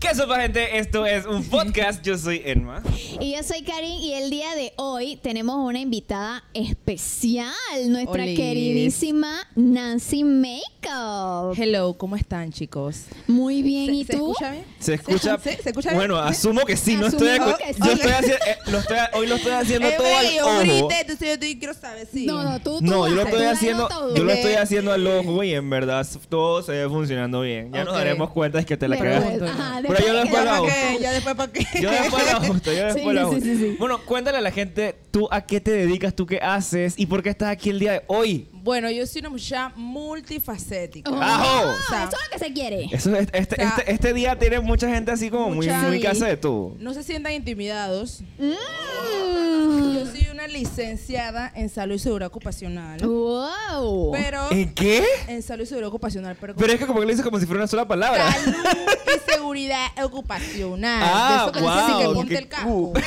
¿Qué sopa, gente? Esto es un podcast. Yo soy Enma. Y yo soy Karin y el día de hoy tenemos una invitada especial, nuestra Olis. queridísima Nancy Makeup. Hello, ¿cómo están, chicos? Muy bien, ¿Se- ¿y ¿Se tú? escucha bien? Se escucha. ¿Sí? ¿Se escucha bien? Bueno, ¿Sí? asumo que sí. No estoy Asumo acu- que Yo sí. estoy haciendo. eh, lo estoy- hoy lo estoy haciendo Eh, todo güey, yo al ojo. grité, entonces yo te quiero saber si. No, no, tú, tú No, yo lo vas, tú estoy vas, haciendo. no, tú. Yo lo Ok. estoy haciendo al ojo y en verdad todo se ve funcionando bien. Ya nos Ok. daremos cuenta de que te la Pero cagas. bueno, ajá, Pero yo después- después lo ¿Ya hago. para qué? ¿Ya después para qué? Yo después lo ajusto, yo Sí, después lo sí, ajusto. sí, sí, sí. Bueno, cuéntale a la gente tú a qué te dedicas, tú qué haces y por qué estás aquí el día de hoy. Bueno, yo soy una muchacha multifacética. Oh, ¡Ajo! eso es lo que se quiere. Eso es- este, sea, este, este día tiene mucha gente así como muy, mucha- muy Sí. casa de tú. No se sientan intimidados. Mm. Yo soy una licenciada en salud y seguridad ocupacional. Oh. Wow. Pero ¿En qué? en salud y seguridad ocupacional, pero con Pero es que como que lo dices como si fuera una sola palabra. salud y seguridad ocupacional. Ah, De eso que dicen guau, que ponte qué el casco. cool.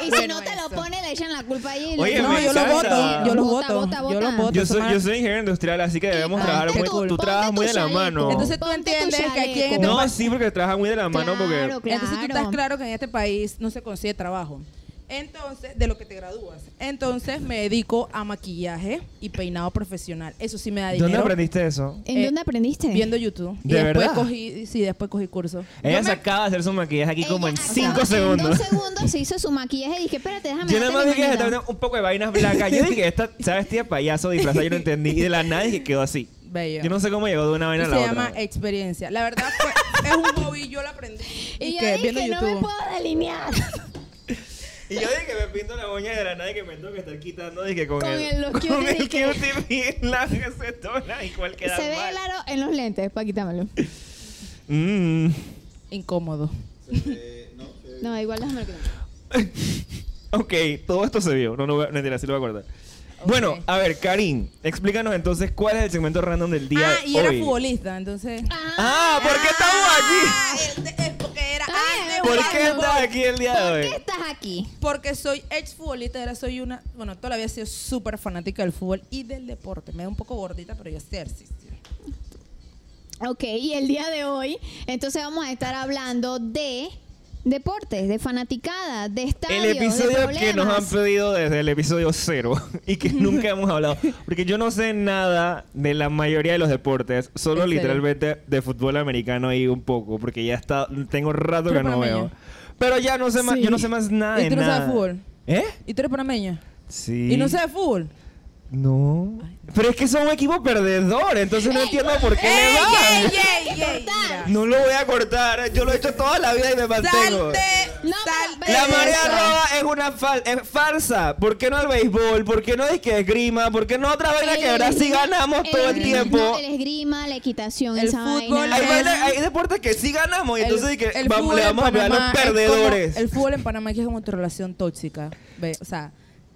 y si bueno, no te lo eso. pone, le echan la culpa ahí. Oye, No, me yo lo encanta. voto, yo lo Bota, voto, bota, yo lo bota. voto. Yo soy, yo soy ingeniero industrial, así que debemos Ponte trabajar tu- muy. Tú, ponte trabajas tu muy de la chaleco. mano. Entonces tú Ponte tu entiendes que aquí en chaleco. este no, pa- sí, porque trabajas muy de la mano Claro, porque. Entonces tú claro. estás claro que en este país no se consigue trabajo. Entonces, de lo que te gradúas. Entonces me dedico a maquillaje y peinado profesional. Eso sí me da dinero. ¿Dónde aprendiste eso? ¿En Eh, dónde aprendiste? Viendo YouTube. y ¿De después verdad? cogí, sí, después cogí curso. Ella se Yo me- acaba de hacer su maquillaje aquí como en Ella 5 acaba- en segundos. dos segundos se hizo su maquillaje y dije, espérate, déjame Yo darte nada más mi vi que se manita. estaba viendo un poco de vainas blancas. Yo dije, esta, ¿sabes, tía payaso disfrazada? Yo no entendí. Y de la nada dije, quedó así. Bello. Yo no sé cómo llegó de una Y vaina a se la llama otra. experiencia. La verdad fue, es un hobby, yo lo aprendí. Y yo que dije, no me puedo delinear Y yo dije, me pinto la uña de la nada y que me tengo que estar quitando. Dije, con, Con el- los con cuties el y que- cutie y la acetona. Igual queda Se ve mal. claro en los lentes, Pues pa' quitármelo. Mm. Incómodo. No, igual déjame lo quitar. Ok, todo esto se vio. No, no, voy a- mentira, sí lo voy a acordar. Bueno, a ver, Karim, explícanos entonces cuál es el segmento random del día Ah, y hoy. era futbolista, entonces. Ah, ¿por qué estamos Ah, aquí? el de- es porque era Ah, antes ¿Por jugaba qué fútbol. estás aquí el día de ¿Por hoy? qué estás aquí? Porque soy ex futbolista, ahora soy una, bueno, todavía he sido súper fanática del fútbol y del deporte. Me da un poco gordita, pero yo hacía ejercicio. Ok, y el día de hoy, entonces vamos a estar hablando de deportes, de fanaticada, de estadios, El episodio de que nos han problemas. pedido desde el episodio cero y que nunca hemos hablado. Porque yo no sé nada de la mayoría de los deportes, solo ¿En serio? literalmente de fútbol americano y un poco, porque ya está, tengo rato Pero que no panameño. veo. Pero ya no sé más, Sí. yo no sé más nada ¿Y de tú no nada. sabes fútbol? ¿Eh? ¿Y tú eres panameña? Sí. ¿Y no sabes fútbol? No. Pero es que son un equipo perdedor, entonces no entiendo por qué le ¡Ey, van. ey, ey, ey! Total. Mira. No lo voy a cortar, yo lo he hecho toda la vida y me mantengo. ¡Salte! No, pero- ¡Salte! La Eso. marea roja es una fal- es farsa. ¿Por qué no el béisbol? ¿Por qué no es que esgrima? ¿por qué no otra vaina que ahora sí ganamos todo el esgrima, tiempo? no, el esgrima, la equitación, El esa fútbol vaina. Hay, vaina- hay deportes que sí ganamos y El- entonces que el vamos, fútbol le en vamos a pegar a los Panamá es perdedores. como- el fútbol en Panamá aquí es como tu relación tóxica. Ve, o sea,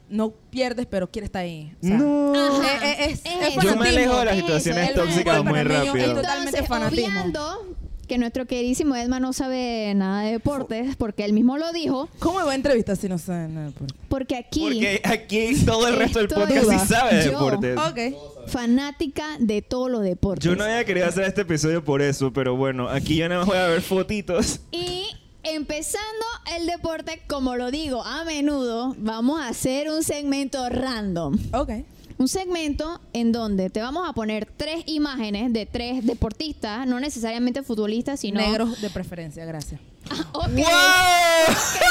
no pierdes, pero quieres estar ahí. O sea, no. Ajá, Eh, eh, es- es eso. Yo me alejo de las Es eso, situaciones el fútbol tóxicas para muy mí. rápido. Entonces, Totalmente fanatismo. obviando que nuestro queridísimo Edma no sabe nada de deportes, porque él mismo lo dijo, ¿Cómo me va a entrevistar si no sabes nada? por- porque aquí, Porque aquí todo el resto del Estoy- podcast sí Duda. sabe de Yo. deportes. Ok. fanática de todos los deportes. Yo no había querido hacer este episodio por eso, pero bueno, aquí yo nada más voy a ver fotitos. Y empezando el deporte, como lo digo a menudo, vamos a hacer un segmento random. Ok. Un segmento en donde te vamos a poner tres imágenes de tres deportistas, no necesariamente futbolistas, sino Negros de preferencia, gracias. Ah, ok, ¡Wow! ok,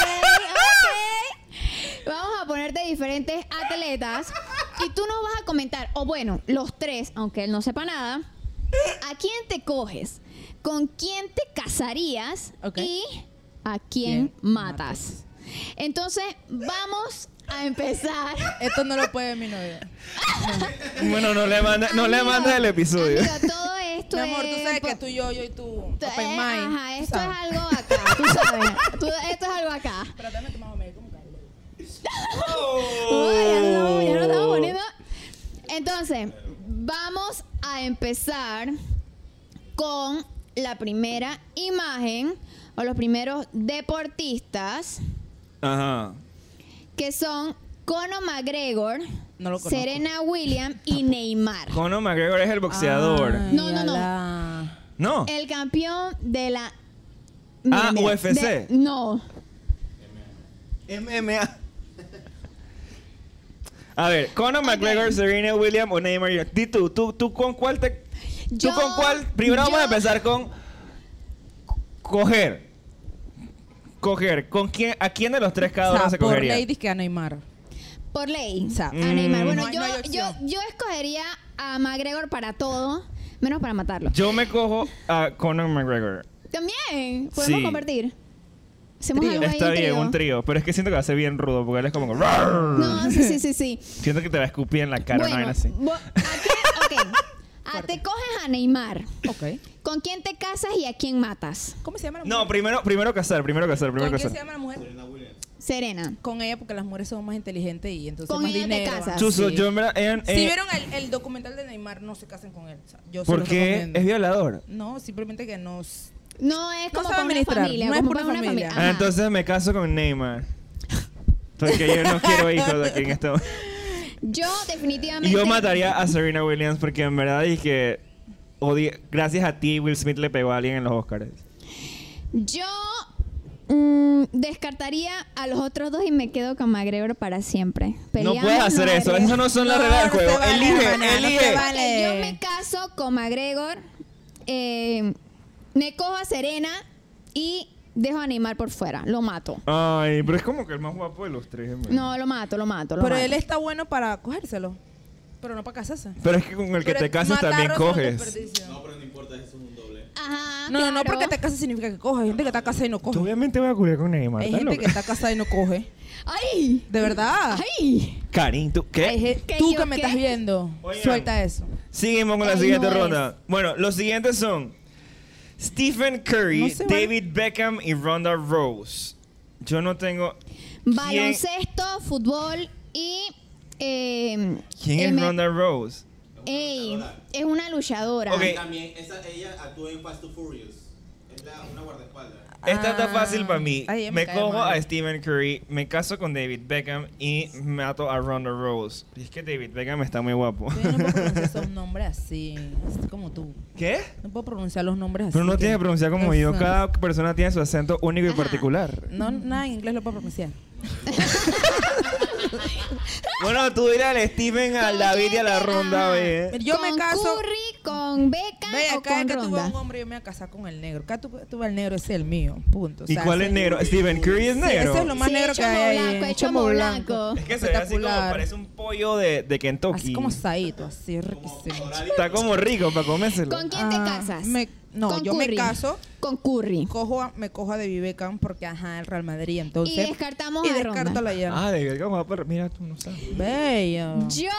ok. Vamos a ponerte diferentes atletas y tú nos vas a comentar, o bueno, los tres, aunque él no sepa nada, ¿a quién te coges? ¿Con quién te casarías? Ok. ¿Y a quién ¿Quién matas? Entonces, vamos a empezar. Esto no lo puede mi novio. Bueno, no le manda, no le Amigo, manda el episodio. amigo, todo esto Mi amor, tú es sabes que po- tú, yo, yo y tú. Open eh, mind. Ajá, tú esto es sabes. algo acá, tú sabes. Tú- esto es algo acá. Pero dame tu mamá, me como que- Uy, ya no, ya no Oh. estamos poniendo. Entonces, vamos a empezar con la primera imagen o los primeros deportistas Ajá. que son Conor McGregor, No lo conozco. Serena Williams y Neymar. Conor McGregor Ah. es el boxeador. Ay, No, no, no. ala. No. El campeón de la Ah, mira, UFC. de- no. MMA. A ver, Conor McGregor, Serena Williams o Neymar. Jr. Di tú, tú, tú con cuál te. Yo- ¿Tú con cuál? Primero vamos a yo- empezar con. Coger. Coger. ¿Con quién, ¿A quién de los tres cada O uno sea, se por cogería? ladies que a Neymar. Por ley. O sea, a Neymar. Mm. Bueno, No hay- yo, no hay yo, opción. yo escogería a McGregor para todo, menos para matarlo. Yo me cojo a Conor McGregor. También. Podemos Sí. convertir. Hacemos Trío. algo ahí, Está un bien, trío. un trío. Pero es que siento que va a ser bien rudo porque él es como. que, "Rar". No, sí, sí, sí, sí. Siento que te va a escupir en la cara una vaina así. bo- ¿a quién? Ok. Ah, te coges a Neymar. Ok. ¿Con quién te casas y a quién matas? ¿Cómo se llama la mujer? No, primero, primero casar, primero casar, ¿Con primero quién se casar. llama la mujer? Serena. Con ella, porque las mujeres son más inteligentes y entonces Con más ella te dinero. casas. Chuzo, Sí. yo eh, en verdad. en- Si en- vieron el, el documental de Neymar, no se casen con él. O sea, yo se ¿Por los qué? recomiendo. ¿Es violador? No, simplemente que nos. No es No como sabe para una administrar, familia. no es como por para una una familia. familia. Ah, Ajá. entonces me caso con Neymar. Porque yo no quiero hijos aquí en este momento. Yo Y definitivamente. yo mataría a Serena Williams porque en verdad dije que odie- gracias a ti Will Smith le pegó a alguien en los Oscars. Yo mm, descartaría a los otros dos y me quedo con McGregor para siempre. no Peleamos, puedes hacer nos eso, agregamos. esas no son las No, reglas del no se juego. vale, elige, hermana, no se elige. vale. Ok, Yo me caso con McGregor, eh, me cojo a Serena y dejo a Neymar por fuera. Lo mato. Ay, pero es como que el más guapo de los tres. en verdad. No, lo mato, lo mato. Lo Pero mato. él está bueno para cogérselo. Pero no para casarse. Pero es que con el que Pero te casas matarlo también es un coges. desperdicio. No, Ajá. no, no, claro. porque te casas significa que coges. Hay gente que está casada y no Tú coge. obviamente vas a culiar con Neymar. Hay ¿estás gente que loca? está casada y no coge. ¡Ay! De verdad. ¡Ay! Karin, ¿tú qué? Hay gen- ¿Que Eh, Tú yo que me qué? estás viendo, Oigan. suelta eso. Seguimos con la Él siguiente no ronda. Bueno, los siguientes son Stephen Curry, No se vale. David Beckham y Ronda Rose. Yo no tengo. ¿Quién- Baloncesto, fútbol y. eh, ¿Quién es M- Ronda Rose? Ey, es una luchadora. Ok. Y También esa, ella actuó en Fast and Furious. Es la, una guardaespaldas. Esta está Ah. fácil para mí. Ay, ella me me cae cojo mal. a Stephen Curry, me caso con David Beckham y mato a Ronda Rose. Y es que David Beckham está muy guapo. Yo no puedo pronunciar esos nombres así, así como tú. ¿Qué? No puedo pronunciar los nombres así. Pero no que- tienes que pronunciar como yo. Eso. Cada persona tiene su acento único y Ajá. particular. No, nada en inglés lo puedo pronunciar. Bueno, tú dile al Steven, al Con David y a la quién te Ronda amas. B. ¿eh? Yo me Con caso. Curry, con Beckham Ve, o acá con que tuve Ronda. un hombre, yo me voy a casar con el negro. Acá tuve, tuve el negro, ese es el mío. Punto. O ¿Y sea, cuál ese- es negro? Steven Curry es Sí, negro. ese es lo más Sí, negro que chomo hay ahí. blanco, es chomo chomo blanco. Es que se ve así como Espectacular. parece un pollo de, de Kentucky. Así como asadito, así riquísimo. Está como rico para comérselo. ¿Con quién te Ah, casas? me- no, Con yo me Curry. caso. Con Curry. Cojo a- me cojo a David Beckham porque ajá, el Real Madrid, entonces. Y descartamos y a descarto Ronda. a la Jan. Ah, de verdad, como va para- Mira, tú no sabes. Bello. Yo,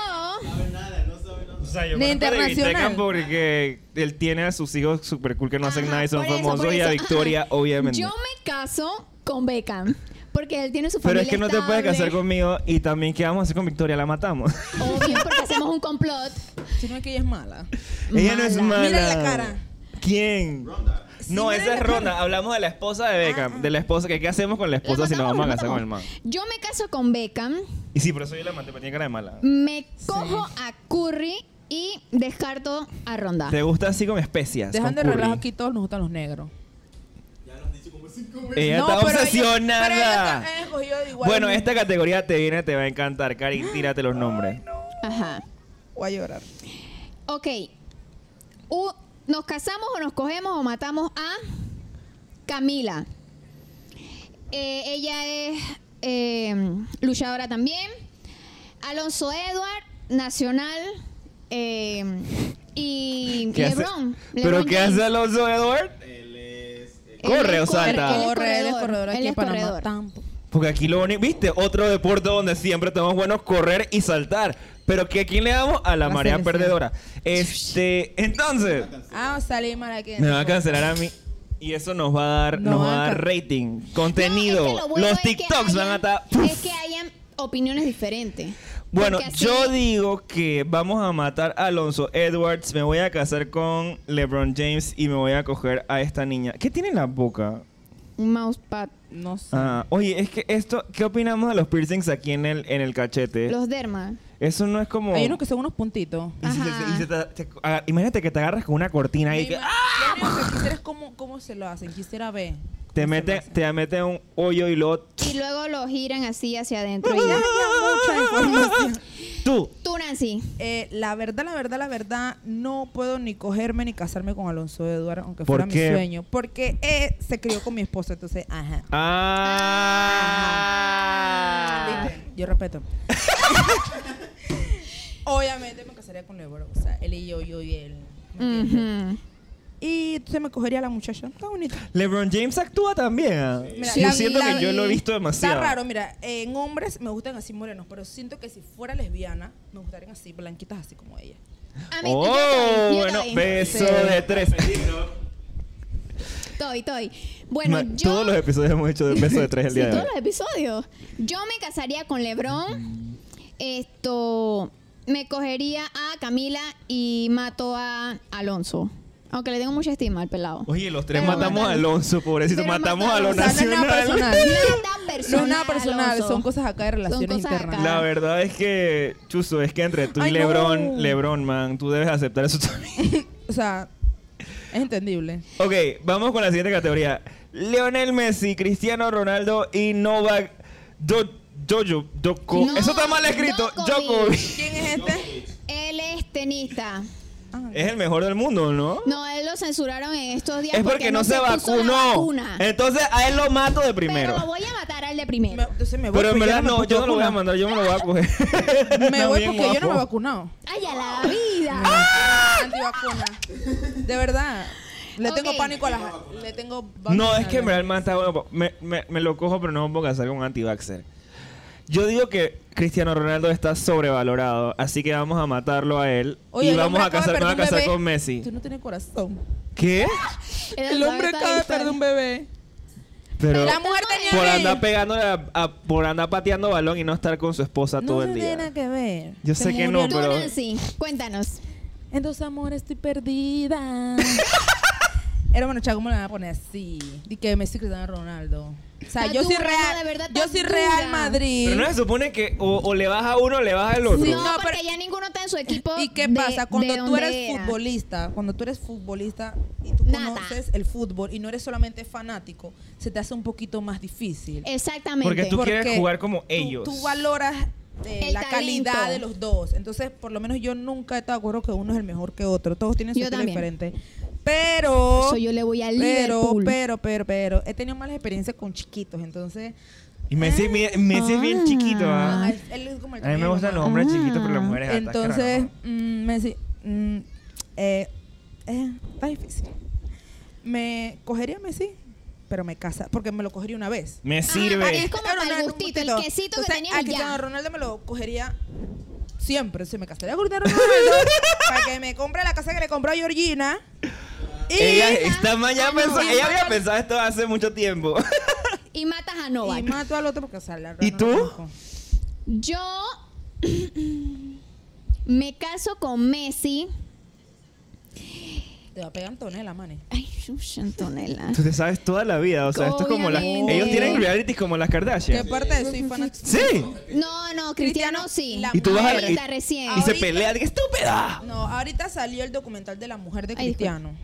O sea, yo Ni conozco a David internacional. Beckham porque él tiene a sus hijos super cool que no hacen Ajá, nada y son por eso, famosos por y a eso, Victoria, ajá. obviamente. yo me caso con Beckham. Porque él tiene su Pero familia. es que no te puedes casar estable. conmigo y también qué vamos a hacer con Victoria, la matamos. Obvio, porque hacemos un complot. Si no es que ella es mala. Ella no es Mala. mala. Mira la cara. ¿Quién? Ronda. No, Sí, esa mira es la Ronda. Hablamos de la esposa de Beckham. De la esposa. que ¿Qué hacemos con la La esposa si nos matamos, vamos a la casar con el man? matamos. Yo me caso con Beckham. Y sí, por eso yo la maté, pero tiene cara de mala. Me cojo a Curry y descarto a Ronda. ¿Te gusta así con especias? Dejando el con Ah. relajo curry? aquí, todos nos gustan los negros. Ella No, está pero obsesionada. Ellos, pero ellos han escogido de pues igual. Ah. bueno, esta categoría te viene, te va a encantar, Karin. Tírate los nombres. Ajá. Voy a llorar. Ok. U- nos casamos o nos cogemos o matamos a Camila. Eh, ella es eh, luchadora también. Alonso Edward, nacional. eh, y ¿Qué hace? LeBron. ¿Pero LeBron qué James. hace Alonso Edward? Él es. eh, Él Corre o es corre, salta. él es Corre, él es él corredor aquí en es Panamá. corredor. Tampoco. Porque aquí lo único, viste, otro deporte donde siempre estamos buenos correr y saltar. Pero que aquí le damos a la, La marea selección. perdedora. Este, entonces, Ah, salí mal aquí. me va a cancelar a mí. Y eso nos va a dar, No, nos va a acá. dar rating, No, es que contenido. lo bueno Los es que TikToks van a hayan- estar. Es que hayan opiniones diferentes. Bueno, Porque así- yo digo que vamos a matar a Alonso Edwards, me voy a casar con LeBron James y me voy a coger a esta niña. ¿Qué tiene en la boca? Un mousepad. No sé. Ah, oye, es que esto, ¿qué opinamos de los piercings aquí en el, en el cachete? Los dermas. Eso no es como... Hay unos que son unos puntitos. Y si se- Ajá. y se te- te- ah, imagínate que te agarras con una cortina Me y que... ima- ¡Ah! Lo único que quisiera es cómo, cómo se lo hacen. Quisiera ver Te meten, te meten un hoyo y luego Y luego lo giran así hacia adentro. y Ya, ya. ya, mucha información. tú. Tú, Nancy. Eh, la verdad, la verdad, la verdad, no puedo ni cogerme ni casarme con Alonso Eduardo, aunque ¿Por fuera qué? mi sueño. Porque eh, se crió con mi esposa, entonces, ajá. Ah. ¿Viste? Yo respeto. Obviamente me casaría con Eduardo, o sea, él y yo, yo y él. ¿me entiendes? Ujú. Y entonces me cogería a la muchacha, está bonita. LeBron James actúa también. ah. Mira, yo la- siento la- que yo lo he visto demasiado. Está raro, mira, en hombres me gustan así morenos, pero siento que si fuera lesbiana, me gustarían así, blanquitas así como ella. A mí, Oh, yo bueno, estoy, yo beso estoy. de tres. Peligro. Estoy, estoy. Bueno, Ma- yo... Todos los episodios hemos hecho de beso de tres el Sí, día de todos hoy. los episodios. Yo me casaría con Lebron. Esto. Me cogería a Camila y mato a Alonso. Aunque le tengo mucha estima al pelado. Oye, los tres Pero matamos mataron- a Alonso, pobrecito. pero Matamos a mataron- lo o sea, no es nada nacional. personal. Nada No personal. es nada personal, Alonso. son cosas acá de relaciones cosas internas. acá. La verdad es que, Chuzo, es que entre tú y Ay, no. Lebron, Lebron, man, tú debes aceptar eso también. O sea, es entendible. ok, vamos con la siguiente categoría. Leonel Messi, Cristiano Ronaldo y Novak Do Dojo Doko. No, eso está mal escrito. Djokovic. Djokovic. ¿Quién es este? Jokic. Él es tenista. Ah, Es el mejor del mundo, ¿no? No, él lo censuraron en estos días. es porque, no se, puso la vacunó. vacuna. Entonces a él lo mato de primero. Pero lo voy a matar al de me- primero. entonces me voy Pero en porque verdad me no, puse yo no lo voy a vacuna. mandar, yo me lo voy a coger. Me Está voy bien porque yo no me he guapo. vacunado. ¡Ay, a la vida! Ah, Antivacuna. De verdad. Le Ok. tengo pánico a las. Le tengo. No, vacuna es que a en las- verdad el man está bueno. Me, me- me lo cojo, pero no me voy a casar con un anti-vaxxer. Yo digo que Cristiano Ronaldo está sobrevalorado, así que vamos a matarlo a él Oye, y el vamos hombre a acaba de casar, me voy a perder un casar bebé. con Messi. Tú no tienes corazón. ¿Qué? El hombre acaba de perder un bebé. Pero La mujer tenía por que- andar pegándole a- a- por andar pateando balón y no estar con su esposa todo no el tiene día. nada que ver. Yo Se sé que murió no, Tú, pero- Nancy, cuéntanos. En dos amores estoy perdida. Hermano, chavo, ¿cómo le van a poner así? Di que Messi Cristiano Ronaldo. O sea, Está yo soy dura, Real. no, de verdad, yo está soy Real dura. Madrid. Pero no se supone que o, o le vas a uno o le vas al otro. Sí, No, No, porque pero- ya ninguno está en su equipo. ¿Y qué de- pasa? Cuando de tú eres donde era. futbolista, cuando tú eres futbolista y tú Nada. conoces el fútbol y no eres solamente fanático, se te hace un poquito más difícil. Eh, Exactamente. Porque tú Porque quieres jugar como tú- ellos. Tú, valoras eh, El la talento. calidad de los dos. Entonces, por lo menos yo nunca he estado de acuerdo que uno es el mejor que otro. Todos tienen su Yo estilo también. diferente. Pero. Eso yo le voy al pero, Liverpool. pero, pero, pero. He tenido malas experiencias con chiquitos. Entonces. Y Messi, mi- Messi es bien chiquito. ¿ah? ah, él- él es como el A mí tamaño me de mi gustan los mamá. hombres Ah. chiquitos, pero las mujeres altas, creo, Entonces, ¿no? mm, me decí- mm, eh, eh, está difícil. Me cogería a Messi, pero me casa, porque me lo cogería una vez. Me Ajá, sirve. es como Pero para no, el no, gustito, el gustito. quesito que Entonces, tenías a y Cristiano ya. Ronaldo me lo cogería siempre. Si me casaría con Cristiano Ronaldo para que me compre la casa que le compró a Georgina. Y Ella está ma- ya Ah, no, pensó- y ella había Michael- pensado esto hace mucho tiempo. Y matas a y Novak. mato al otro porque o sea, la verdad ¿Y no tú? lo conozco. Yo me caso con Messi. Te va a pegar Antonella, mane. Ay, shush, Antonella. Tú te sabes toda la vida, o sea, esto es como las... Obviamente. Ellos tienen realities como las ¿Qué Kardashian. parte de soy fanática? Sí. No, no, Cristiano, Cristiano, sí. la Y tú vas a... Y, Ahorita recién. y se Ahorita. pelean, ¡qué estúpida! No, ahorita salió el documental de la mujer de Ay, disculpa. Cristiano.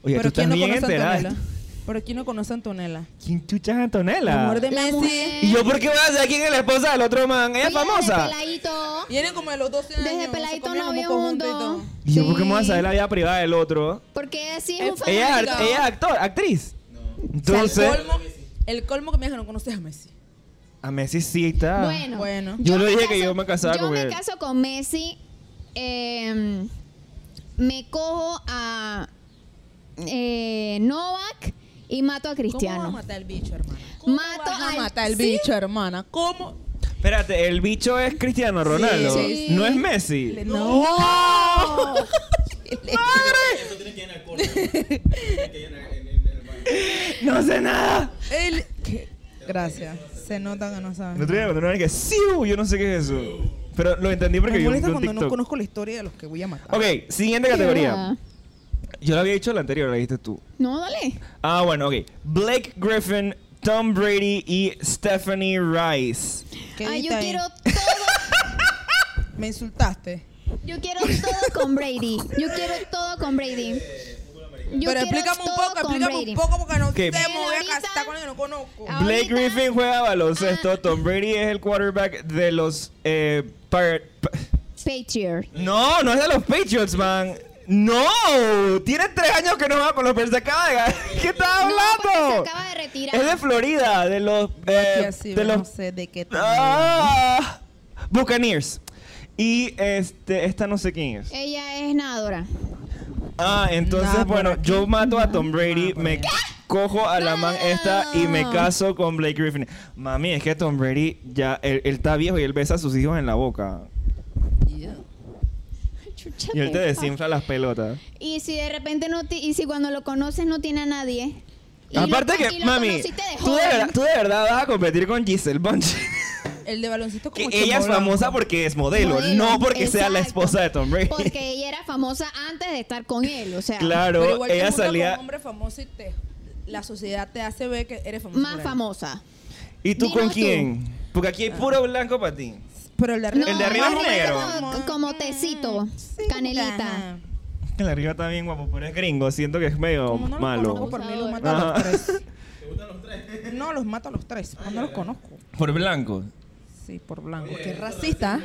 Oye, tú estás bien conoce a enterada. Antonella? ¿Pero quién no conoce a Antonella? ¿Quién chucha es La Antonella? mujer de La mujer. Messi. ¿Y yo por qué voy a saber quién es la esposa del otro man? Ella es Oye, famosa. Desde peladito. Vienen como de los 12 años. Desde se peladito comían no había como conjunto y juntos. todo. ¿Y yo por qué me voy a Sí. saber la vida privada del otro? Porque sí es un Ella- Ella, es fanático. ar- ella es actor, actriz. O sea, Entonces... el colmo, el colmo que me dijeron, no conoces a Messi. A Messi sí está... Bueno, Bueno. Ah, Yo lo me dije que yo me casaba con él. Yo me caso con Messi. eh, me cojo a eh, Novak y mato a ¿Cómo Cristiano. vas a matar al bicho, hermana? Mato vas a al- matar al ¿Sí? bicho, hermana? ¿Cómo? Espérate, el bicho es Cristiano Ronaldo. sí. No es Messi. No. Eso tiene que ir en el corte. Tiene que ir en el- en el- en el baño. No sé nada. El- ¿Qué? Gracias. Se nota que no sabes. El otro día me contaron que sí, yo no sé qué es eso. Pero lo entendí porque me yo vi molesta un cuando no TikTok. conozco la historia de los que voy a matar. ok, siguiente categoría. Yo lo había dicho la anterior, la dijiste tú. No, dale. Ah, bueno, ok. Blake Griffin, Tom Brady y Stephanie Rice. ¿Qué Ay, dijiste yo ahí? quiero todo. Me insultaste. Yo quiero todo con Brady. Yo quiero todo con Brady. Yo Pero quiero explícame un todo poco, con explícame Brady. un poco porque no ¿Qué? sé, me voy a Ahorita- casar con alguien que no conozco. Ah. Blake Ahorita- Griffin juega Ah. baloncesto. Tom Brady es el quarterback de los. eh, Par- Pa- Patriot. no, no es de los Patriots, man. No, tiene tres años que no juega con los Patriots. Se acaba de ganar. ¿Qué estás No, porque hablando? se acaba de retirar. es de Florida, de los. eh, Que así, de no los sé de qué tamaño. Ah, Buccaneers. Y este, esta no sé quién es. Ella es nadadora. Ah, entonces, Nada por bueno, aquí. yo mato a Tom Brady, Nada por me allá. cojo a la man esta y me No. caso con Blake Griffin. Mami, es que Tom Brady ya, él, él está viejo y él besa a sus hijos en la boca. Chucha, Y él te te- desinfla las pelotas. Y si de repente no ti- y si cuando lo conoces no tiene a nadie. Y lo Aparte con- y que, lo mami, conociste de tú de, joven. verdad, tú de verdad vas a competir con Giselle Bunch. El de baloncito como Que ella es chamo famosa blanco. porque es modelo, Modelo, no porque sea la exacto. esposa de Tom Brady. Porque ella era famosa antes de estar con él, o sea, Pero claro, igual te ella juntas con salía... un hombre famoso y te, la sociedad te hace ver que eres famoso. por más ahí. famosa. ¿Y tú Dinos con tú. quién? Porque aquí hay puro blanco para ti. Pero el de arriba, El de arriba es más negro. Como, como tecito, canelita. Ajá. El de arriba está bien guapo, pero es gringo. Siento que es medio Como no los Oh, malo. conozco por mí, los mato a Ajá. los tres. No, los mato a los tres. porque no los conozco. Por blanco. Sí, por blanco. Qué racista.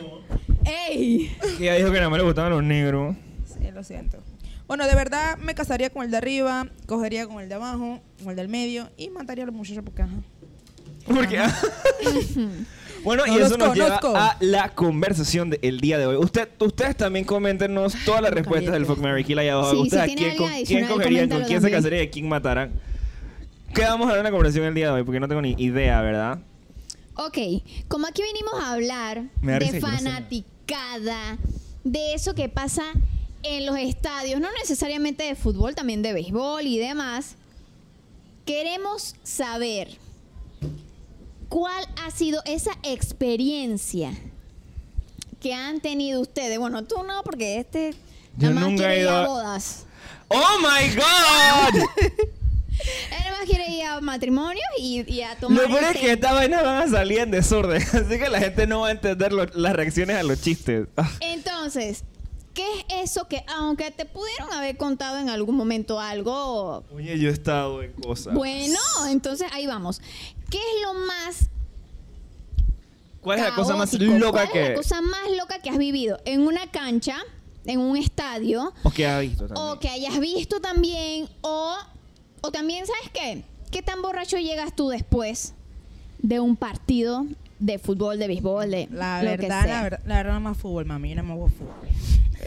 ¡Ey! Que ella dijo que nada más le gustaban los negros. Sí, lo siento. Bueno, de verdad me casaría con el de arriba, cogería con el de abajo, con el del medio y mataría a los muchachos porque ajá. Porque. bueno, y No los eso nos lleva conozco. a la conversación del día de hoy. Usted, ustedes también coméntenos todas las no respuestas del calientes. Fuck Mary Kill allá abajo. Sí, si ustedes tienen quién, algo con, quién adicional, cogerían, con coméntalo quién se también. casarían y quién matarán. ¿Qué vamos a ver en la conversación el día de hoy? Porque no tengo ni idea, ¿verdad? Ok, como aquí vinimos a hablar Me da risa de que no sé. fanaticada, de eso que pasa en los estadios, no necesariamente de fútbol, también de béisbol y demás, queremos saber cuál ha sido esa experiencia que han tenido ustedes. Bueno, tú no, porque este... Yo nada más nunca quiere he ir ido a a- bodas. ¡Oh my god! Él nada más quiere ir a matrimonios y, y a tomar... Lo peor es este- que esta vaina van a salir en desorden. Así que la gente no va a entender lo- las reacciones a los chistes. Ah. Entonces, ¿qué es eso que, aunque te pudieron haber contado en algún momento algo Oye, yo he estado en cosas. bueno? Entonces, ahí vamos. ¿Qué es lo más ¿Cuál es la cosa más caótico? loca ¿Cuál es que, la cosa más loca que has vivido en una cancha, en un estadio, o que ha visto? También? o que hayas visto también, o, o también, ¿sabes qué? ¿Qué tan borracho llegas tú después de un partido de fútbol, de béisbol, de La lo que verdad, sea? Pues la verdad, la verdad no más fútbol, mami, yo no me voy a fútbol.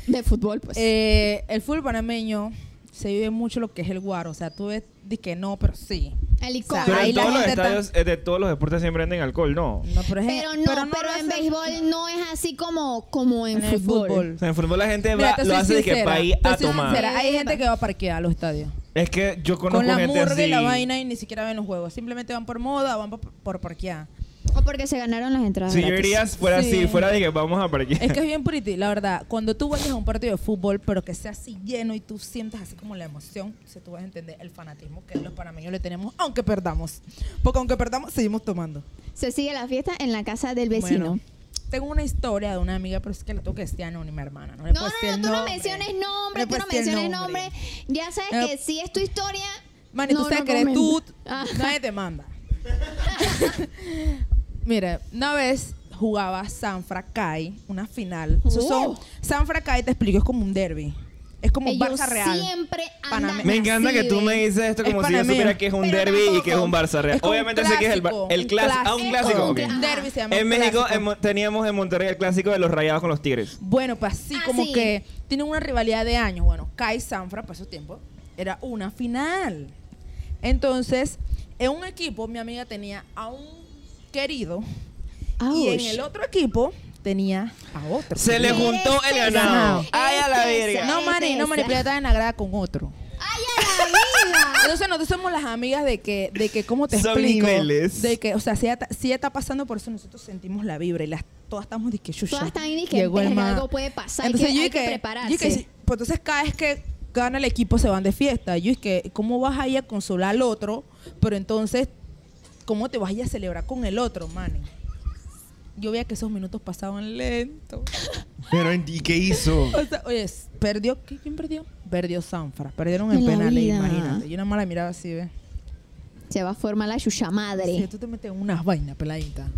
De fútbol, pues. Eh, el fútbol panameño se vive mucho lo que es el guaro, o sea, tú ves di que no, pero sí. el o licor. Pero ahí en la todos los gente está- estadios, eh, de todos los deportes siempre venden alcohol, ¿no? No, Eh, pero, es- Pero no, pero, no lo en hacen béisbol no es así como, como en, en el fútbol. O sea, en fútbol la gente Mira, va, te lo soy hace de que sincera, para ir te a soy tomar. sincera, Hay Epa. gente que va a parquear a los estadios. Es que yo conozco Con la gente murga así. y la vaina y ni siquiera ven los juegos. Simplemente van por moda, van por, por parquear. O porque se ganaron las entradas. Si yo gratis. iría fuera así, Sí. fuera de que vamos a parquear. Es que es bien pretty, la verdad. Cuando tú vayas a un partido de fútbol, pero que sea así lleno y tú sientas así como la emoción, o sea, tú vas a entender el fanatismo que los panameños le tenemos, aunque perdamos. Porque aunque perdamos, seguimos tomando. Se sigue la fiesta en la casa del vecino. Bueno, tengo una historia de una amiga, pero es que le tengo que decir anónima, hermana. No, le no, puedo no, decir no, el tú no Pues nombre. Pues menciones le nombre, tú puedo no decir el menciones nombre. Ya sabes Eh, que si es tu historia. Mani, no, tú sabes no que eres tú, comenta. Ah, nadie te manda. Mira, una vez jugaba Sanfra Kai, una final. Eso son- Oh. Sanfra Kai, te explico, es como un derby. Es como un ellos Barça Real. siempre andan Paname- Me encanta así que tú de- me dices esto Es como si yo panameño. supiera que es un Pero derby y que es tampoco. un Barça Real. Es como un Obviamente sé que es el, bar- clásico, el un clásico. Ah, un clásico. clásico. Un ok. clásico. Un derby se llama En un México clásico. en Mon- teníamos en Monterrey el clásico de los rayados con los tigres. Bueno, pues así Ah, como sí. que tienen una rivalidad de años. Bueno, Kai Sanfra, para esos tiempos, era una final. Entonces, en un equipo, mi amiga tenía a un querido y en Ouch. el otro equipo tenía a otro. Se le Es juntó el esa, ganado. es Ay, a la esa. verga. No, Mari, no, Mari, pero yo estaba en la grada con otro. ¡Ay, a la vida! Entonces nosotros somos las amigas de que, de que ¿cómo te Son explico? niveles. De que, o sea, si ella, está- si ella está pasando por eso, nosotros sentimos la vibra y las, todas estamos de que chucha, Todas están ahí, que verga, algo puede pasar, hay que- hay que prepararse. yo dije, sí, pues entonces cada vez que gana el equipo se van de fiesta. Yo es que, ¿cómo vas ahí a consolar al otro? Pero entonces, ¿cómo te vas a ir a celebrar con el otro, man? Yo veía que esos minutos pasaban lento. Pero, ¿y qué hizo? O sea, oye, perdió, ¿Qué- ¿quién perdió? Perdió Sanfra. Perdieron De en la penales, vida. imagínate. Yo nada más la miraba así, ¿ves? Se va a formar la chucha madre. Sí, tú te metes en unas vainas, peladita.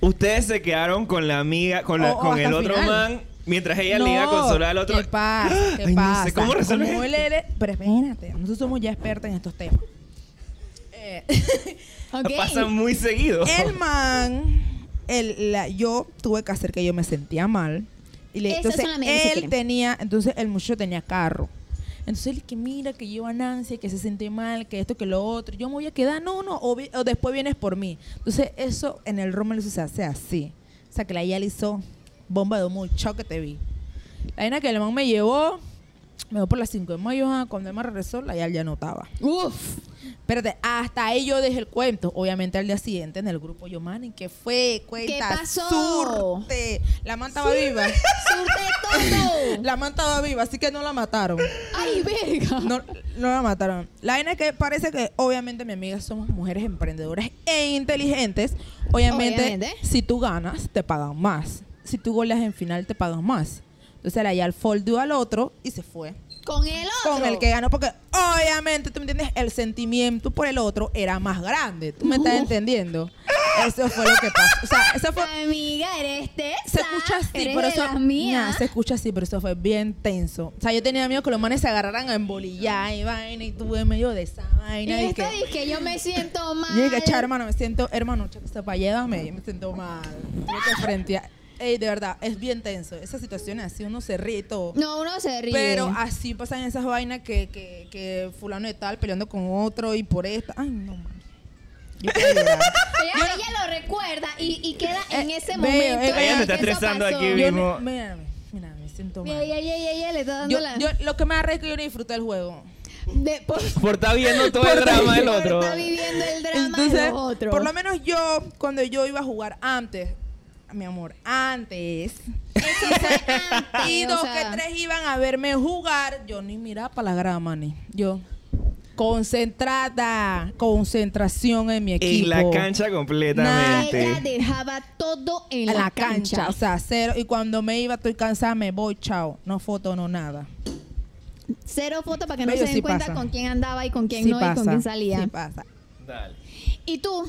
Ustedes se quedaron con la amiga, con, la- O- o con hasta el el otro final. man, mientras ella le No, iba a consolar al otro. ¿Qué pasa? ¿Qué Ay, no sé pasa? cómo resolver Como él esto. eres- pero espérate, nosotros somos ya expertos en estos temas. Eh, Ok. Pasa muy seguido. el man, el, la- yo tuve que hacer que yo me sentía mal. Y le, Esas entonces son las medidas que él queremos. tenía, entonces el muchacho tenía carro. Entonces él que mira, que yo Nancy, que se siente mal, que esto, que lo otro. Yo me voy a quedar, no, no, o, vi- o después vienes por mí. Entonces eso en el Rommel se hace así. O sea, que la IA le hizo bomba de humo, el chao que te vi. La vaina que el man me llevó, me voy por las 5 de mayo, ah, cuando el man regresó, la IA ya no estaba. Uf. Espérate, hasta ahí yo dejé el cuento. Obviamente al día siguiente en el grupo yo, man, ¿qué fue? Cuenta, ¿Qué pasó? Surte. La man estaba viva. Surte todo. La man estaba viva, así que no la mataron. Ay, verga. No, no la mataron. La vaina es que parece que, obviamente, mi amiga, somos mujeres emprendedoras e inteligentes. Obviamente, Obviamente. si tú ganas, te pagan más. Si tú goleas en final, te pagan más. Entonces, la ya el foldeó al otro y se fue Con el otro. con el que ganó, porque obviamente, ¿tú me entiendes? El sentimiento por el otro era más grande. ¿Tú me estás entendiendo? Eso fue lo que pasó. O sea, eso fue... Amiga, eres tesa. Se escucha así, eres pero de eso... las mías. Nah, se escucha así, pero eso fue bien tenso. O sea, yo tenía miedo que los manes se agarraran a embolillar y vaina, y tuve medio de esa y vaina. Y esta que... dije que yo me siento mal. Yo dije, "Cha, hermano, me siento... Hermano, cha, que sepa, llévame. Yo me siento mal. Yo te frente a... Ey, de verdad, es bien tenso. Esa situación así, uno se ríe y todo. No, uno se ríe. Pero ah, así pasan esas vainas que, que, que fulano de tal peleando con otro y por esta. Ay, no, man. Yo quiero llorar. ella, ella lo recuerda y, y queda en Eh, ese veo, momento. eh, en ella el me está que eso estresando pasó. aquí, Yo, Mismo. ni- mira, mira, me siento Mira, mal. ella, ella, ella, ella le está dando Yo, la. yo- lo que me arre es que yo no disfruté el juego. de- por- Por estar viendo todo el Por estar drama del por otro. Está viviendo el drama de Entonces, los otros. por lo menos yo, cuando yo iba a jugar antes, mi amor, antes. Eso fue antes, y o dos sea, que tres iban a verme jugar. Yo ni miraba para la grama, ni. Yo, concentrada, concentración en mi equipo. En la cancha Ella completamente. dejaba todo en a la, la cancha. O sea, cero. Y cuando me iba, estoy cansada, me voy, chao. No foto, no nada. Cero fotos para que no Bello, se den sí cuenta pasa. con quién andaba y con quién Sí no y con pasa, quién salía. sí pasa. Dale. ¿Y tú?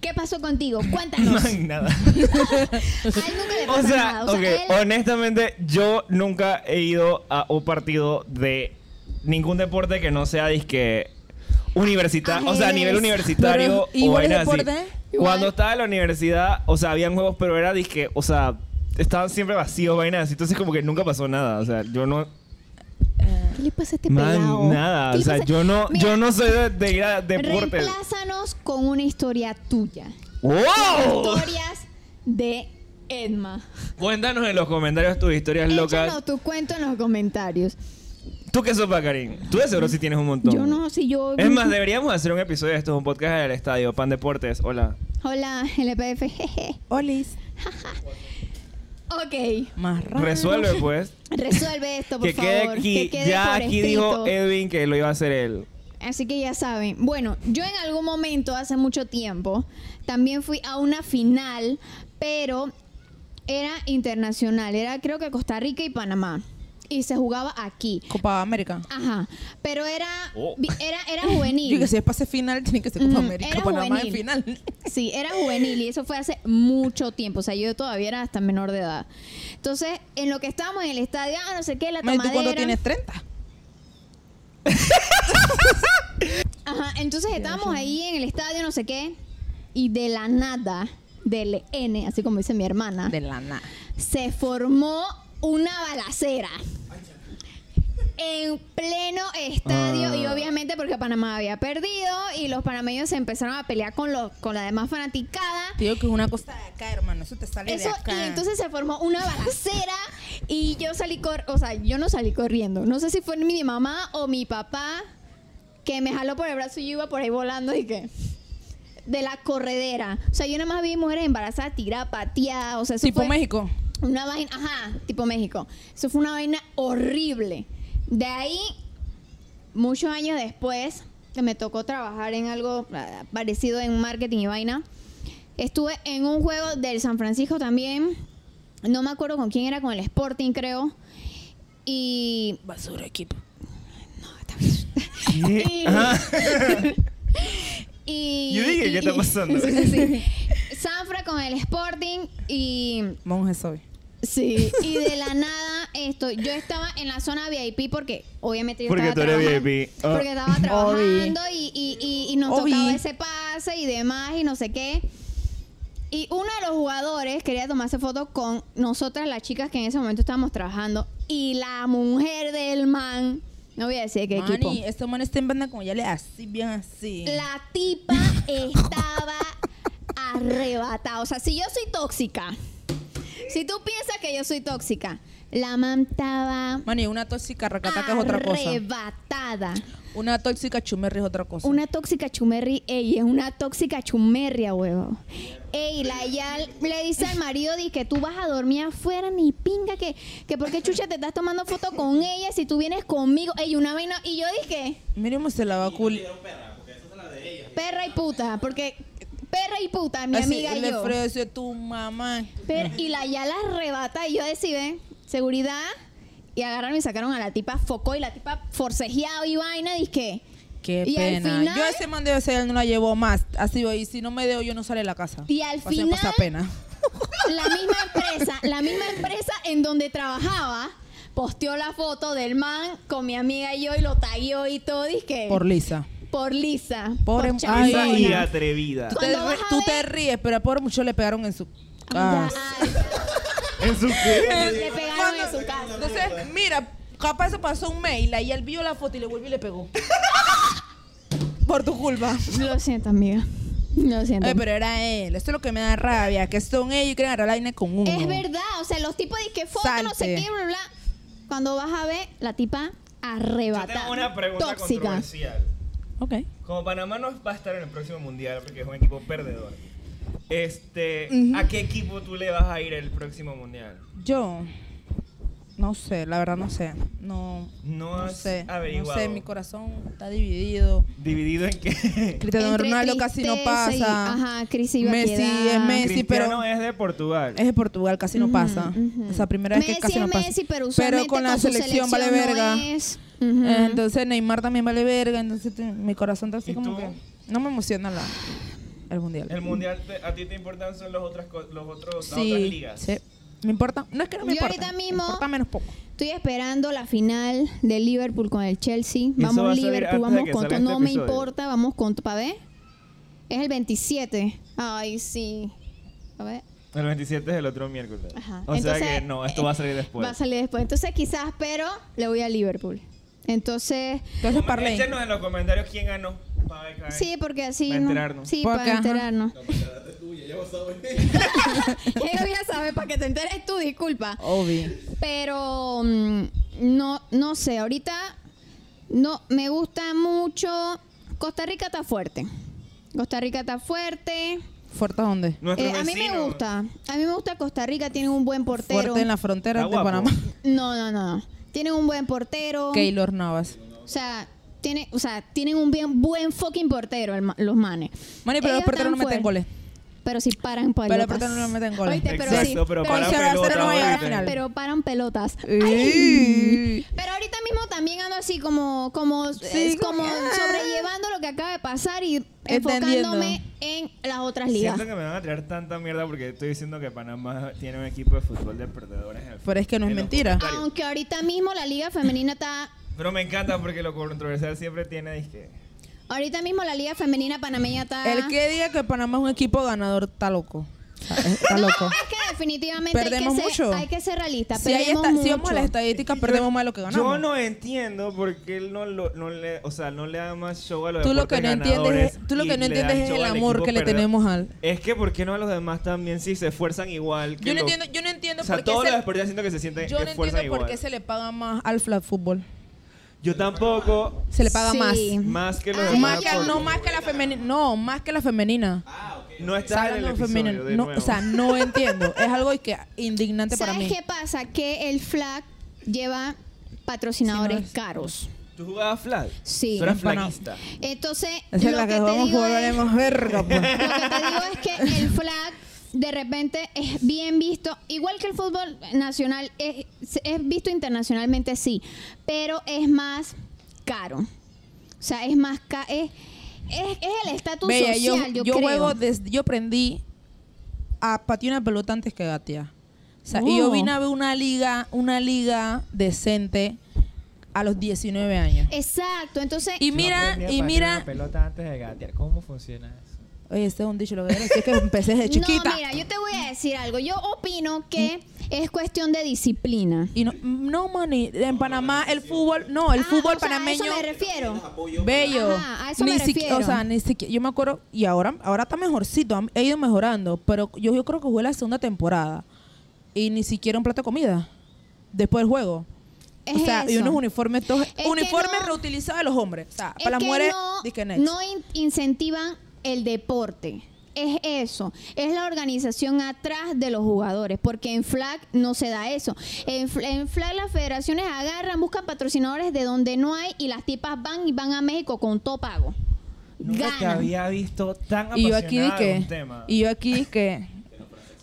¿Qué pasó contigo? Cuéntanos. Man, nada. A él nunca le O pasa sea, nada. ok, él- honestamente, yo nunca he ido a un partido de ningún deporte que no sea disque universitario, o sea, a nivel Ajedrez. universitario Pero, ¿y o cuál es vainas así. deporte? Igual. Cuando estaba en la universidad, o sea, habían juegos, pero era disque, o sea, estaban siempre vacíos, vainas así. Entonces, como que nunca pasó nada. O sea, yo no. ¿Qué le pasa a este Man, pelado? nada. ¿Qué O le sea, pasa? yo no, Mira, yo no soy de, de ir a deportes. Reemplázanos con una historia tuya. ¡Wow! Historias de Edma. Cuéntanos en los comentarios tus historias locas. Échanos tu cuento en los comentarios. ¿Tú qué sopa, Karim? Tú de seguro sí tienes un montón. Yo no, si yo. Es más, deberíamos hacer un episodio de esto, un podcast del estadio, Pan Deportes. Hola. Hola, LPF. jeje. Olis. ok. Más raro. Resuelve, pues. Resuelve esto, por que quede favor. aquí. que quede ya por aquí escrito. dijo Edwin que lo iba a hacer él. Así que ya saben. Bueno, yo en algún momento, hace mucho tiempo, también fui a una final, pero era internacional. Era creo que Costa Rica y Panamá. Y se jugaba aquí. Copa América. Ajá. Pero era, Oh. vi- era, era Yo juvenil. que si es pase final, tiene que ser Copa Mm, América. era Panamá en juvenil. final. Sí, era juvenil y eso fue hace mucho tiempo. O sea, yo todavía era hasta menor de edad. Entonces, en lo que estábamos en el estadio, ah, no sé qué, la Man, ¿Tú tomadera. cuándo tienes 30? Ajá, entonces estábamos ahí en el estadio, no sé qué, y de la nada, del N, así como dice mi hermana, la nada. se formó una balacera. En pleno estadio, Ah. y obviamente porque Panamá había perdido, y los panameños se empezaron a pelear con, los, con la demás fanaticada. Te digo que es una cosa de acá, hermano. Eso te sale Eso, de acá. y entonces se formó una balacera y yo salí cor o sea, yo no salí corriendo. No sé si fue mi mamá o mi papá que me jaló por el brazo y yo iba por ahí volando y que de la corredera. O sea, yo nada más vi mujeres embarazadas tiradas, pateadas, o sea, eso Tipo fue México. una vaina, ajá, tipo México. Eso fue una vaina horrible. De ahí muchos años después que me tocó trabajar en algo ah, parecido en marketing y vaina. Estuve en un juego del San Francisco también. No me acuerdo con quién era, con el Sporting creo. Y Basura equipo. ¿Qué? Ah. Y, Yo dije, y- ¿qué está y- pasando? sí, sí. Sanfra con el Sporting y Monje soy. sí, y de la nada esto, yo estaba en la zona VIP porque obviamente yo Porque estaba tú eres trabajando- VIP. Ah. porque estaba trabajando y, y- y- y nos Obi. tocaba ese pase y demás y no sé qué. Y uno de los jugadores quería tomarse foto con nosotras, las chicas que en ese momento estábamos trabajando. Y la mujer del man, no voy a decir qué Mani, equipo. este man está en banda como ya le así, bien así. La tipa estaba arrebatada. O sea, si yo soy tóxica, si tú piensas que yo soy tóxica, la man estaba Mani, una tóxica racata que es Ah, otra cosa. arrebatada. Una tóxica chumerri es otra cosa. Una tóxica chumerri, ella es una tóxica chumerria, huevo. Ey, la ya le dice al marido di que tú vas a dormir afuera, ni pinga, que, que por qué chucha te estás tomando foto con ella si tú vienes conmigo. Ey, una vaina. Y yo dije, Mira cómo se la va a cul... perra y puta, porque perra y puta, mi así, amiga y le yo. ofrece tu mamá. Pero- y la ya la arrebata y yo decidí, ven, seguridad. Y agarraron y sacaron a la tipa foco y la tipa forcejeado y vaina, dije. Qué Y al pena. final- yo ese man debe ser, él no la llevo más. Así, y si no me deo, yo no sale de la casa. Y al Así me pasa final- pena. La misma empresa, la misma empresa en donde trabajaba, posteó la foto del man con mi amiga y yo y lo tagueó y todo, dije. Por Lisa. por Lisa. Por por em- Ay, chambona. y atrevida. Tú, te, Cuando vas a tú ver- te ríes, pero a pobre mucho le pegaron en su Ah, Ya, casa. ay, ¿En su qué? le pegaron en su casa. Entonces, mira, capaz se pasó un mail y él vio la foto y le volvió y le pegó. Por tu culpa. Lo siento, amiga. Lo siento. Ay, pero era él. Esto es lo que me da rabia, que son ellos y quieren agarrar la vaina con uno. Es verdad, o sea, los tipos de que foto, no sé Salte. qué, bla, bla. Cuando vas a ver, la tipa Yo arrebatada. tengo una pregunta tóxica. controversial. Ok. Como Panamá no va a estar en el próximo mundial porque es un equipo perdedor. Este, ¿a qué equipo tú le vas a ir el próximo mundial? Yo no sé, la verdad no sé. No, No no has sé. No averiguado. sé, mi corazón está dividido. Dividido en qué. Cristiano Entre Ronaldo casi no tristeza pasa. y- ajá, crisis y Messi vaquedad. es Messi, Cristiano pero es de Portugal. es de Portugal, casi no pasa. ujú. O sea, primera vez que Messi casi es no pasa. Messi, pero usualmente con la su selección, vale no verga. es. Ujú. Eh, Entonces Neymar también vale verga, entonces te- mi corazón está así ¿Y como tú? que no me emociona la, el mundial. El mundial te- a ti te importan son los otras co- los otros las otras sí, ligas. sí. Me importa, no es que no me Yo importa. ahorita mismo- me importa menos poco. Estoy esperando la final de Liverpool con el Chelsea. Y eso va a Vamos salir Liverpool, antes de vamos que con salga todo. este No me episodio. importa, vamos con todo. ¿Para ver? Es el 27. Ay, sí. A ver. El 27 es el otro miércoles. Ajá. O sea Entonces, que no, esto va a salir después. Va a salir después. Entonces, quizás, pero le voy a Liverpool. Entonces, Entonces parlé. Échenos en los comentarios quién ganó. Pa' ver, cae. sí, porque así. Para no- enterarnos. Sí, Porque, para ajá. enterarnos. Uy, ya pasó. Ella ya sabe, para que te enteres tú, disculpa. Obvio. Pero mm, no, no sé, ahorita no me gusta mucho. Costa Rica está fuerte. Costa Rica está fuerte. ¿Fuerte dónde? Nuestro Eh, a mí me vecino. gusta. A mí me gusta Costa Rica, tienen un buen portero. Fuerte en la frontera Está de guapo. Panamá. No, no, no. Tienen un buen portero. Keylor Navas. O sea, tiene, o sea, tienen un bien buen fucking portero el ma- los manes. Mani, pero Ellos los porteros no están meten fuertes, goles. Pero si paran pelotas. Pero los porteros no meten goles. Oíste, pero Exacto, sí, pero, pero para sí, Barcelona pelota, no va a llegar a oíste. final. pero paran pelotas. Ey. Pero ahorita mismo también ando así como como es como sobrellevando lo que acaba de pasar y ah. Entendiendo. enfocándome en las otras ligas. Siento que me van a traer tanta mierda porque estoy diciendo que Panamá tiene un equipo de fútbol de perdedores. en el- Pero es que no es en los mentira. comentarios. Aunque ahorita mismo la liga femenina está Pero me encanta porque lo controversial siempre tiene disque. ahorita mismo la liga femenina panameña está El que diga que Panamá es un equipo ganador está loco. O Ah, sea, eh, Está loco. es que definitivamente Perdemos hay que ser, mucho. hay que ser realista, Si, ahí perdemos está- mucho. si vamos a las estadísticas, perdemos más de lo que ganamos. Yo no entiendo por qué él no, lo- no le, o sea, no le da más show a los Tú lo que no deportes entiendes, ganadores tú lo y que no le dan entiendes es show el al amor equipo que le perdedor. tenemos al. Es que por qué no a los demás también si se esfuerzan igual. que Yo no los- entiendo, yo no entiendo O sea, por qué todos se- los deportistas siento que se sienten Yo que no esfuerzan entiendo por igual. qué se le paga más al flat fútbol. Yo tampoco. Se le paga Sí. Ah, más. Más que los Ay, demás. Más que, al- Ah, no porque más que la femenina. No, más que la femenina. Ah, No O sea, está en el no, episodio, femenino, de no, nuevo. o sea, no entiendo. Es algo que indignante para mí. ¿Sabes qué pasa? Que el flag lleva patrocinadores Sí, no es- caros. Tú jugabas flag. Sí. Tú eras Bueno. flaquista. Entonces, Esa es lo la que, que te vamos a digo jugar, es, haremos verga, pues. lo que te digo es que el flag de repente es bien visto, igual que el fútbol nacional es, es visto internacionalmente sí, pero es más caro. O sea, es más... ca- es, es, es el estatus Bella, social, yo, yo, yo creo. juego desde- yo aprendí a patear una pelota antes que gatear. O sea, y yo Oh. vine a ver una liga, una liga decente a los 19 años. Eh, Exacto, entonces... Y mira, y mira, pelota antes de gatear. ¿Cómo funciona eso? oye, este es un dicho lo que es que empecé desde chiquita. No, mira, yo te voy a decir algo. Yo opino que es cuestión de disciplina. Y no, no money, en Panamá el fútbol, no, el Ah, fútbol o sea, panameño A eso me refiero. Apoyo Bello. Ajá, a eso Ni me siqui- refiero. O sea, ni siquiera. Yo me acuerdo, y ahora, ahora está mejorcito, han- he ido mejorando, pero yo, yo creo que jugué la segunda temporada y ni siquiera un plato de comida después del juego. Es o sea, y eso. unos uniformes, todos- que uniformes no- reutilizados de los hombres. O sea, Es para las que mujeres, no, disque next. no in- incentivan el deporte. Es eso, es la organización atrás de los jugadores, porque en FLAG no se da eso. En, Fl- en FLAG las federaciones agarran, buscan patrocinadores de donde no hay y las tipas van y van a México con todo pago. Nunca te Ganan. había visto tan y apasionada yo aquí de dije, un tema. y yo aquí que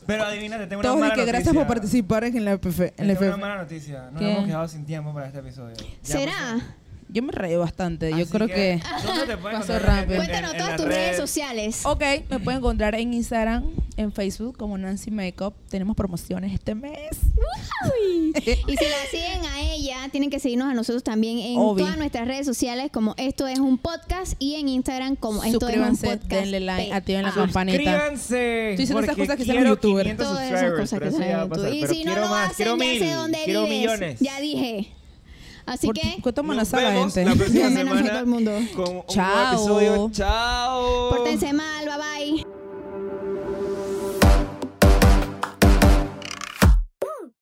Pero adivina, te tengo una todos mala dije noticia. gracias por participar en la FF. Te En la tengo una FF. mala noticia. Nos ¿Qué? hemos quedado sin tiempo para este episodio. Ya, ¿Será? pues, Yo me reí bastante, yo Así creo que... ¿dónde te pueden pasó encontrar rápido. pues, en- en- Cuéntanos en todas las tus redes, sociales. Ok, me pueden encontrar en Instagram, en Facebook como Nancy Makeup. Tenemos promociones este mes. Y si la siguen a ella, tienen que seguirnos a nosotros también en Obvio. todas nuestras redes sociales como Esto es un podcast y en Instagram como Esto Suscríbanse, es un podcast. denle like, P. activen la Ah. campanita. Suscríbanse. Estoy diciendo esas porque cosas que hacen los quiero youtubers. 500 Todas esas subscribers, cosas pero que eso ya va salen a en pasar, tu- Y pero si no quiero lo más, hacen, quiero ya mil, sé dónde quiero vives. millones. Ya dije. Así Por- que, ¿Cuánto Nos manazaba vemos gente? la próxima Bien, menos a semana todo el mundo. con un nuevo Chao. episodio. Chao. pórtense mal, bye bye.